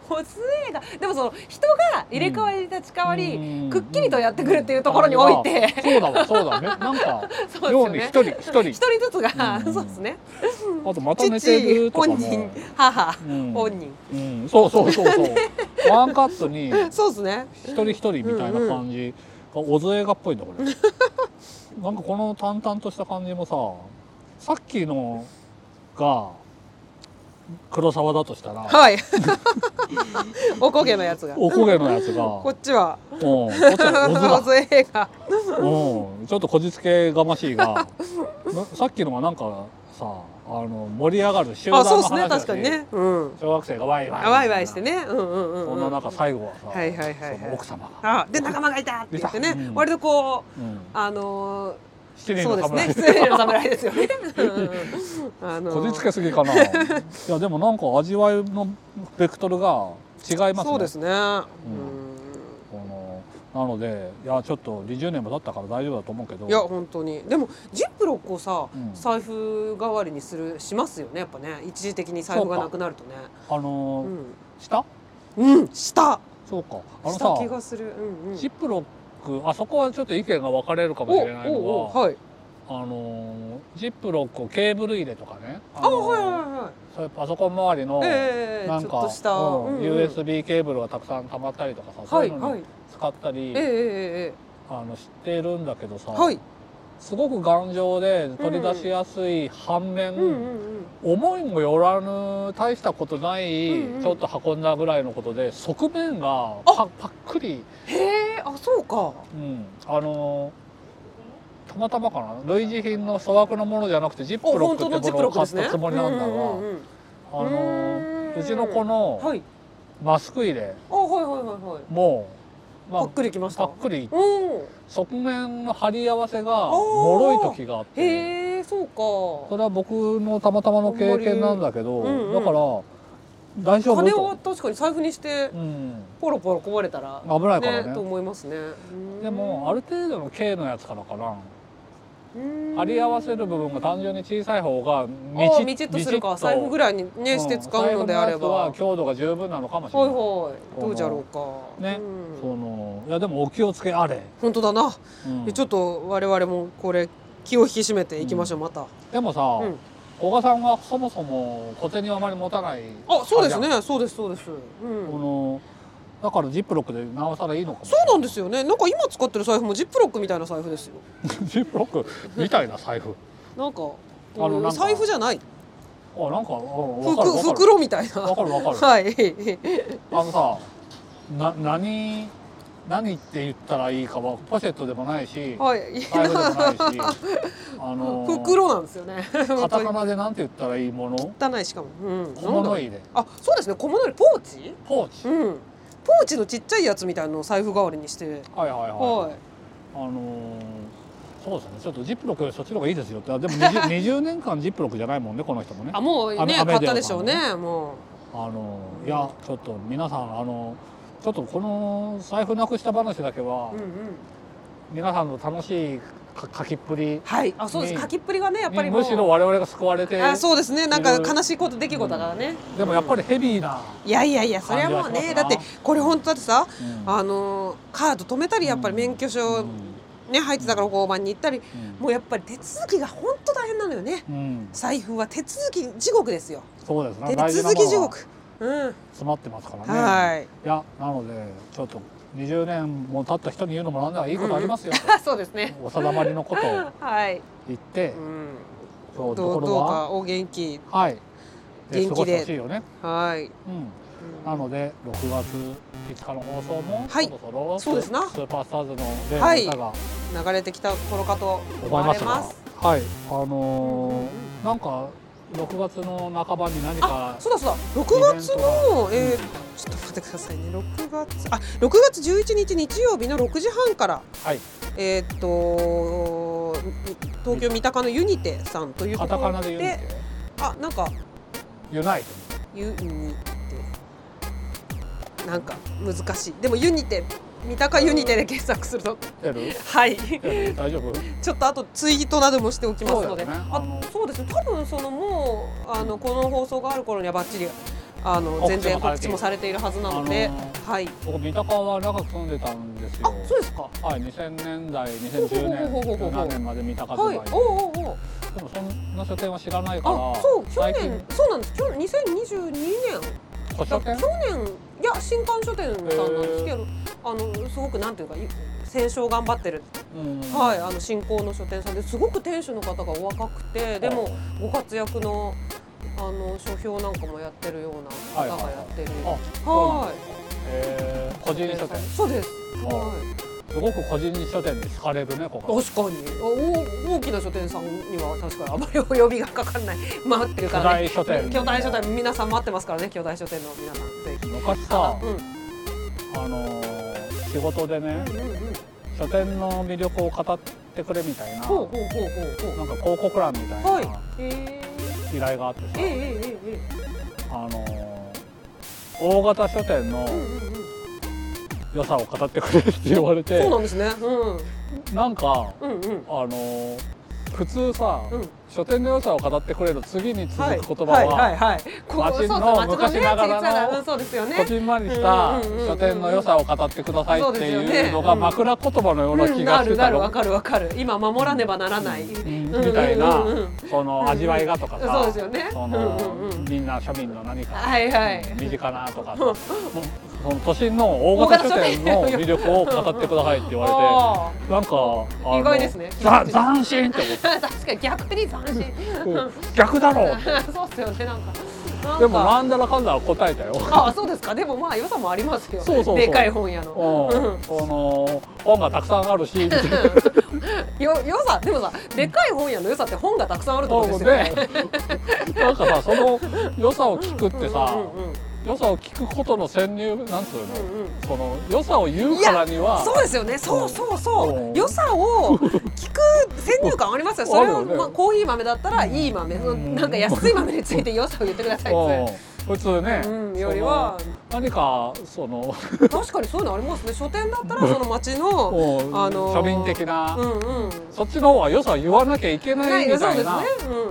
S3: もつ映画でもその人が入れ替わり立ち替わり、
S2: うん
S3: くっきりとやってくるっていうところにおいて、
S2: あそうだわそうだねなんか
S3: そう
S2: よう
S3: で
S2: に一
S3: すよね
S2: 人一人
S3: 一人ずつが、
S2: うん
S3: そうですね
S2: あとまた寝て
S3: 父
S2: るとかも
S3: 本人母、
S2: うん
S3: 本人
S2: うんそうそうそうそうワンカットに
S3: そうですね
S2: 一人一人みたいな感じが小津映画っぽいんだこれなんかこの淡々とした感じもささっきのが黒沢だとしたら
S3: はい おこげのやつが
S2: おこげのやつが
S3: こっちは
S2: うんこっちは
S3: お
S2: 小津だ
S3: つ映画
S2: うんちょっとこじつけがましいが なさっきのはなんかさあの盛り上がる集団
S3: あ
S2: の
S3: そうで
S2: 話
S3: すね
S2: だ
S3: 確
S2: し
S3: かにねうん
S2: 小学生がワイワイ
S3: あワイワイしてねうんうんうん、
S2: そ
S3: うんん、
S2: な中最後はさ
S3: はいはいはいはい
S2: その奥様が、
S3: あで仲間がいたって言ってね、
S2: いたうん
S3: 割とこう
S2: うん、
S3: あのー
S2: 七人
S3: そう
S2: の
S3: で
S2: 侍。
S3: すね失礼な侍です よね。うんうんうんあの
S2: こじつけすぎか ないやでもなんか味わいのベクトルが違いますね
S3: そうですね。うん
S2: このなのでいやちょっと20年も経ったから大丈夫だと思うけど
S3: いや本当にでもジップロックをさ、
S2: うん
S3: 財布代わりにするしますよねやっぱね一時的に財布がなくなるとね
S2: あのー
S3: う
S2: 下
S3: ん、うん、した
S2: そうかあの
S3: した気が
S2: さ
S3: するうんうん
S2: ジップロックあそこはちょっと意見が分かれるかもしれない
S3: お
S2: の
S3: おお
S2: が
S3: はい
S2: あのージップロックをケーブル入れとかねあ
S3: あ
S2: のー
S3: はいはいは
S2: そういうパソコン周りの、
S3: いええ
S2: なん
S3: ち
S2: か
S3: ょっとした、
S2: うん
S3: うんうん
S2: USB ケーブルがたくさん溜まったりとかさ、
S3: はい
S2: そういうの
S3: は
S2: に
S3: い
S2: 使ったり、
S3: えええええ
S2: あの知ってるんだけどさ、
S3: えはい
S2: すごく頑丈で取り出しやすい反面、
S3: うんうん
S2: 思いもよらぬ大したことない、
S3: うんうん
S2: ちょっと運んだぐらいのことで側面がパパックリ、
S3: へえあそうか
S2: うん、あのたまたまかな類似品の粗悪なものじゃなくてジップ
S3: あ
S2: ロッ
S3: 本
S2: ク
S3: 当
S2: っ
S3: の
S2: て
S3: ジッ
S2: もの
S3: プロ
S2: を
S3: ック
S2: 買
S3: で
S2: っ
S3: すね
S2: たつもりなんだが、
S3: うんうんうん
S2: あの
S3: うん
S2: うちの子の
S3: はい
S2: マスク入れ
S3: あはいはいはいはい
S2: も、ま
S3: パ
S2: あ
S3: ッ、クリきまし
S2: パ
S3: た
S2: ックリ
S3: うん
S2: 側面の貼り合わせが
S3: おー
S2: 脆い時があって。
S3: へえそう
S2: そ
S3: か
S2: れは僕のたまたまの経験なんだけど、
S3: あんまりうんうん
S2: だから大丈夫
S3: 金を
S2: と、
S3: 確かに財布にして
S2: うん、
S3: ポロポロこぼれたら
S2: 危ないからね
S3: と思いますねうん
S2: でもある程度の径のやつからかな
S3: うん
S2: 貼り合わせる部分が単純に小さい方が道
S3: ああみちっとするか財布ぐ
S2: らい
S3: らいにねして使うのであれば
S2: は
S3: はい
S2: 強度が十分なのかもしれない、
S3: はいどうじゃろうか
S2: ね
S3: うん
S2: そのいやでもお気をつけあれ、
S3: 本当だな
S2: うん
S3: えちょっと我々もこれ気を引き締めていきましょうまた
S2: でもさ、
S3: うん
S2: 小賀さんはそもそも小手をあまり持たない
S3: あそうです
S2: あれ
S3: ねそうですそうですうん
S2: じゃんこのだからジップロックで直さらいいのかも
S3: そうなんですすよねなんか今使ってる財布もジップロックみたいな財布ですよ
S2: ジップロックみたいな財布
S3: なんか
S2: あのなんか
S3: 財布じゃない
S2: あなんかうんわかる
S3: 袋
S2: わかる
S3: 袋みたいな
S2: わかるわかる
S3: はい
S2: あのさな何何って言ったらいいかはポシェットでもないし
S3: はい、いい
S2: 財布でもな
S3: な。
S2: いしあ のー
S3: 袋なんですよね。
S2: カタカナでなんて言ったらいいもの
S3: 汚いしかも。うん。
S2: 小物
S3: なんだ
S2: 入れ
S3: あ、そうですね。小物よりポーチ？
S2: ポーチ、
S3: うん。ポーチのちっちゃいやつみたいなのを財布代わりにして。
S2: はいはいはい、
S3: は
S2: あのーそうですねちょっとジップロックよりそっちの方がいいですよってあでも 20, 20 年間ジップロックじゃないもんねこの人もね
S3: い。あ、もう
S2: あの
S3: ね
S2: アメ
S3: 買っ
S2: デア
S3: たでしょうね。も
S2: あのいやちょっと皆さんあのちょっとこの財布なくした話だけは、
S3: う。うんうん。
S2: 皆さんの楽しいか書きっぷり
S3: はい。あ、そうです。
S2: ね
S3: 書きっぷりがねやっぱり
S2: に
S3: もう。
S2: むしろ我々が救われて
S3: あ、そうですね。なんか
S2: いろいろ
S3: 悲しいこと出来事だからね。
S2: でもやっぱりヘビーな、
S3: いやいやいや、それはもう
S2: 感じは
S3: ね、
S2: しま
S3: だ
S2: すな
S3: ってこれ本当だってさ、
S2: うん
S3: あのカード止めたりやっぱり免許証
S2: うん
S3: ね入ってたから交番に行ったり、
S2: うん
S3: もうやっぱり手続きが本当大変なのよね。
S2: うん
S3: 財布は手続き地獄ですよ。
S2: そうですね
S3: 手
S2: 大事なも
S3: 続き
S2: の
S3: 地
S2: が
S3: 獄。うん。
S2: 詰まってますからね、
S3: はい。
S2: いやなのでちょっと20年も経った人に言うのもなんだからいいことありますよ、
S3: あ、 そうですね。
S2: お定まりのことを
S3: はい。
S2: 言って
S3: う、ん。
S2: そ
S3: ど
S2: う
S3: う
S2: とこ
S3: どう
S2: ろは
S3: かお元気。
S2: はい
S3: 元気で
S2: 過ごしてほしいよね、
S3: はい。
S2: うん、
S3: うん
S2: なので6月5日の放送も、
S3: はい
S2: そろそろ
S3: そうですな
S2: スーパースターズの例の歌が
S3: 流れてきた頃かと思
S2: 思い
S3: わ
S2: ま
S3: れ
S2: すが、
S3: ます。
S2: はいあ
S3: うんうんうん
S2: のーなんか6月の半ばに何
S3: あ
S2: か、
S3: そうだそうだ。六月のえー、ちょっと待ってくださいね。六月あ六月十一日日曜日の六時半から
S2: はい、
S3: えーっと東京三鷹のユニテさんという
S2: カ
S3: こ
S2: タ
S3: とで、
S2: カナで言うんだっ
S3: あなんか
S2: けユナイト
S3: ユニテなんか難しい。でもユニテ三鷹ユニテで検索すると
S2: 出る
S3: はい。
S2: 出 る大丈夫
S3: ちょっとあとツイートなどもしておきますので、
S2: そうだよねあ
S3: あ
S2: の
S3: そうですね多分そのもうあのこの放送がある頃にはバッチリあの
S2: 告知も
S3: 全然
S2: され
S3: 告
S2: て
S3: 知
S2: いる
S3: もされているはずなので、
S2: あのー
S3: はい
S2: 僕三鷹は長く住んでたんですよ
S3: あそうですか
S2: はい、2000年代、2010年、
S3: ほうほうほうほうほう
S2: 17年まで見た数が
S3: はいい
S2: て、
S3: おうおうおう
S2: でもそんな書店は知らないから、
S3: あそう去
S2: 最近
S3: 年そうなんです去年2022
S2: 古
S3: 年
S2: 書
S3: だ去
S2: 店
S3: 年いや新刊書店さんなんですけどあのすごくなんていうか戦勝頑張ってる、
S2: うん
S3: はいあの新興の書店さんですごく店主の方がお若くてでもご活躍のあの書評なんかもやってるような方がやってる。
S2: あ、
S3: は
S2: えー、個人書店
S3: い。そうです。
S2: は
S3: はい。
S2: すごく個人書店に好かれるね、ここ
S3: 確かに。お大きな書店さんには確かにあまりお呼びがかかんない。待ってるからね。
S2: 巨大書店
S3: 巨大書店皆さん待ってますからね。巨大書店の皆さんぜひ。
S2: 昔さ、
S3: うん
S2: あのー仕事でね、
S3: うんうんうん。
S2: 書店の魅力を語ってくれみたいな、
S3: ほうほうほうほう
S2: な
S3: ほ。
S2: んか広告欄みたいう
S3: はい
S2: な。
S3: え
S2: 依頼があってさ
S3: え、えええ
S2: あのー大型書店の
S3: え。うんうんうん。
S2: 良さを語ってくれって言われて
S3: そうなんですね。うん
S2: なんか
S3: うんうん。
S2: あのー普通さ、
S3: うん
S2: 書店の良さを語ってくれる次に続
S3: はい。
S2: く言葉
S3: はい
S2: は、
S3: はいはい。ここ
S2: 街の
S3: そうそう
S2: 昔
S3: ね
S2: ながらの
S3: 小さうんそうですよね
S2: こ。じんまりした
S3: うんうんうんうん
S2: 書店の良さを語ってくださいって
S3: そうです
S2: いうの
S3: よ
S2: が
S3: ね
S2: 枕言葉のような
S3: う
S2: 気
S3: ん、
S2: がし
S3: な
S2: て
S3: る
S2: た
S3: なる
S2: の
S3: わかるわかる今守らねばならない、
S2: うん
S3: うん
S2: みたいな
S3: うんうんうん
S2: その味わいがとか
S3: そう
S2: さ
S3: ですよね
S2: その
S3: うんうんうん
S2: みんな庶民の何か
S3: はいはい、
S2: 身近なとかさもうその都心の大型書店の魅力を語ってくださいって言わ
S3: あ
S2: れてなんかあの
S3: 意外ですね
S2: ざ斬新って思っ
S3: あ 確かに逆に斬新
S2: て逆だろうって
S3: そうですよねなんかなんか
S2: でもなんだらかんだら答えたよ。
S3: あそうですかでもまあ良さもありますよ
S2: そうそうそう
S3: でかい本屋
S2: うん
S3: の、うん
S2: その本がたくさんあるしみたいな
S3: よ良さでもさでかい本屋の良さって本がたくさんあるところですよね
S2: でなんかさその良さを聞くってさ、
S3: うんうん
S2: 良さを聞くことの潜入なんつうの、
S3: うんうん
S2: その良さを言うからには
S3: そうですよね。そうそうそ
S2: うん
S3: う。良さを聞く先入観ありますよ。それ
S2: あ
S3: を、
S2: るよね
S3: まあ、コーヒー豆だったらいい豆、
S2: ん
S3: なんか安い豆について良さを言ってくださいっ
S2: うん普通ね
S3: て。、うん、よりは
S2: その何かその、
S3: 確かにそういうのありますね。書店だったらその町の、
S2: うん
S3: あのー
S2: 庶民的な、
S3: うんうん。
S2: そっちの方は良さを言わなきゃいけ
S3: な
S2: ないみ
S3: いそう
S2: た
S3: で
S2: い
S3: す
S2: な、
S3: ね。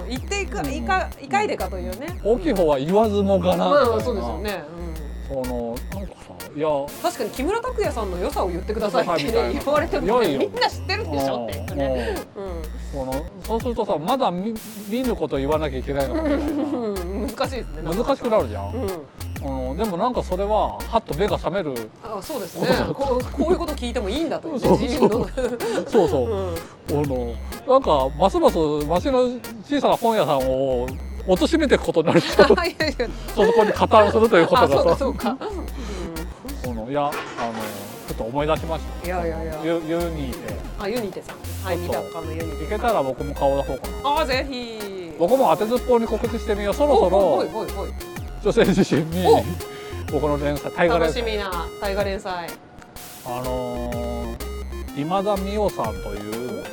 S3: うん、行っていか、いか、いかいでかというね。
S2: 大きい方は言わずもがなみたいな、
S3: まあ、そうですよね。うん
S2: そのなんかさいや
S3: 確かに木村拓哉さんの良さを言ってくださいっ
S2: くださいみ
S3: て、
S2: たい
S3: ね、
S2: な
S3: 言われても、
S2: いやい
S3: ね、
S2: や
S3: みんな知ってるんでしょって言ってね。うん
S2: うんうんそのそうするとさまだ見見ぬことを言わなきゃいけないのかみたいな。
S3: うん、難しいですね。なんか
S2: 難しくなるじゃん、
S3: うん。
S2: あのでもなんかそれははっと目が覚める
S3: あそうです ねこうこういうこと聞いてもいいんだという、ね、
S2: そうそう
S3: 自由の、
S2: そうそうう、
S3: ん、
S2: あのなんかますます町の小さな本屋さんを貶めていくことになる
S3: いやいや
S2: そこに加担するということ
S3: あそう
S2: が
S3: か
S2: さ
S3: そうか、
S2: このいやあのちょっと思い出しまし
S3: いやいやい
S2: た
S3: や。
S2: ユユニーで
S3: あ、ユニテさん。はい、
S2: そう
S3: ミ
S2: そう
S3: ダッカのユニ
S2: 行
S3: テ。
S2: けたら僕も顔出そうかな
S3: あ、ぜひ。
S2: 僕も当てずっぽうに告知してみようそろそ
S3: お
S2: ろ
S3: いおいおい
S2: 女性自身に
S3: お
S2: 僕の連載大
S3: おい
S2: 河連
S3: 楽し
S2: 載
S3: みな大河連載。
S2: あのー今田美桜さんという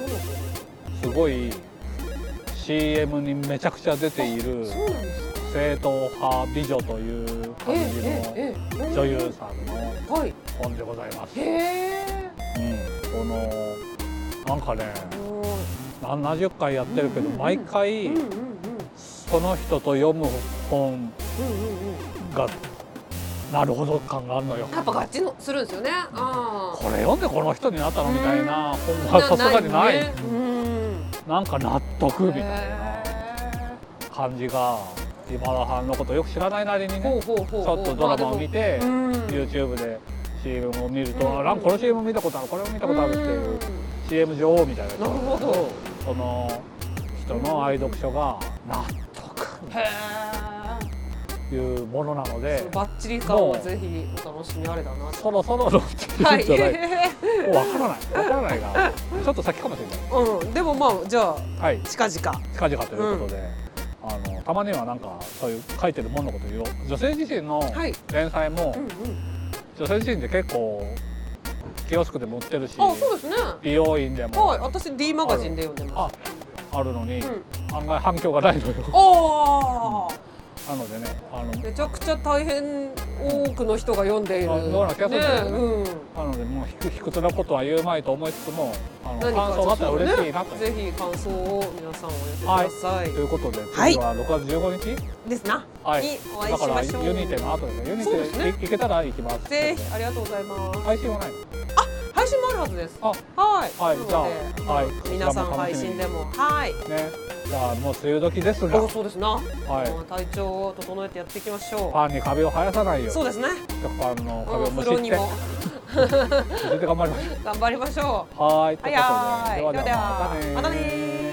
S2: すごい CM にめちゃくちゃ出ている
S3: そうなんですね。
S2: 正統派美女という感じの
S3: ええええ。
S2: 女優さんの
S3: はい。
S2: 本でございます。
S3: へえ。
S2: うん、このなんかね
S3: お
S2: 70回やってるけど
S3: うんうんうん
S2: 毎
S3: ー
S2: 回
S3: うんうんうん
S2: その人と読む本
S3: うんうんうん。
S2: がなるほど感があるのよ。
S3: やっぱガチのするんですよね。あ
S2: これ読んでこの人になったのみたいな本
S3: あ。
S2: はさすがにない
S3: ねうん。
S2: なんか納得みたいな
S3: へ
S2: 感じが今田さんのことよく知らないなりに
S3: ーほう
S2: ね
S3: ほうほう
S2: ち
S3: ほ
S2: ょ
S3: う。
S2: っとドラマを見て
S3: まあでもうん。
S2: YouTube で CM を見る
S3: うん
S2: とあなんかこの CM 見たことあるこれも見たことあるっていううん CM 女王みたいな人
S3: なるほど。
S2: その人の愛読書が納得
S3: へ
S2: というものなの
S3: え。
S2: で
S3: そのバッチリ感はぜひお楽しみあれだな。
S2: そろそろ乗ってく
S3: は
S2: るんじゃない
S3: い。
S2: もうわからないわからないがちょっと先かもしれない
S3: うん。でもまあじゃあ
S2: はい
S3: 近々。
S2: 近々ということで、あのたまにはなんかそういう書いてるもんのこと言おう女性自身の
S3: はい
S2: 連載も、
S3: うんうん。
S2: 女性自身で結構キオスクでも売ってるし
S3: あ、そうですね。
S2: 美容院で
S3: はい、
S2: も
S3: 私 D マガジンで読んでます。
S2: あるのに、
S3: うん。
S2: 案外反響がないのよ
S3: ああ。
S2: なのでねあの
S3: めちゃくちゃ大変多くの人が読んでいる。
S2: あそうな気がするん
S3: ね
S2: だよね
S3: うん。
S2: なのでもうひく卑屈なことは言うまいと思いつつもあの
S3: 何
S2: 感
S3: か
S2: 想があったら嬉しいなと、
S3: ぜひ感想を皆さんお寄せください。
S2: ということで
S3: はい
S2: 次は6月15日、
S3: ですな。
S2: はい
S3: にお会い
S2: だ
S3: し
S2: か
S3: ま
S2: ら
S3: しょう。
S2: ユニテの後ですねユニ
S3: そうですね
S2: テい行けたら行きます
S3: ぜひありがとうございます。
S2: 配信はないの
S3: 配信もあるはずです。
S2: あ
S3: はい。
S2: はい
S3: なの
S2: じゃあ
S3: で
S2: はい
S3: 皆さん
S2: こちらも楽
S3: 配
S2: しみに
S3: 信でもはい。
S2: ねじゃあもう梅雨時ですが
S3: おそうですな。
S2: はい
S3: もう体調を整えてやっていきましょ
S2: パンに壁を生やさないよう
S3: う。
S2: に
S3: そうですね。
S2: ファンの壁
S3: お
S2: をむし
S3: 風呂
S2: っ
S3: に
S2: て
S3: も
S2: むしって頑張りましょ
S3: 頑張りましょう。
S2: うはーいということで
S3: はやーい。ではで
S2: また
S3: は
S2: ねー
S3: またねー。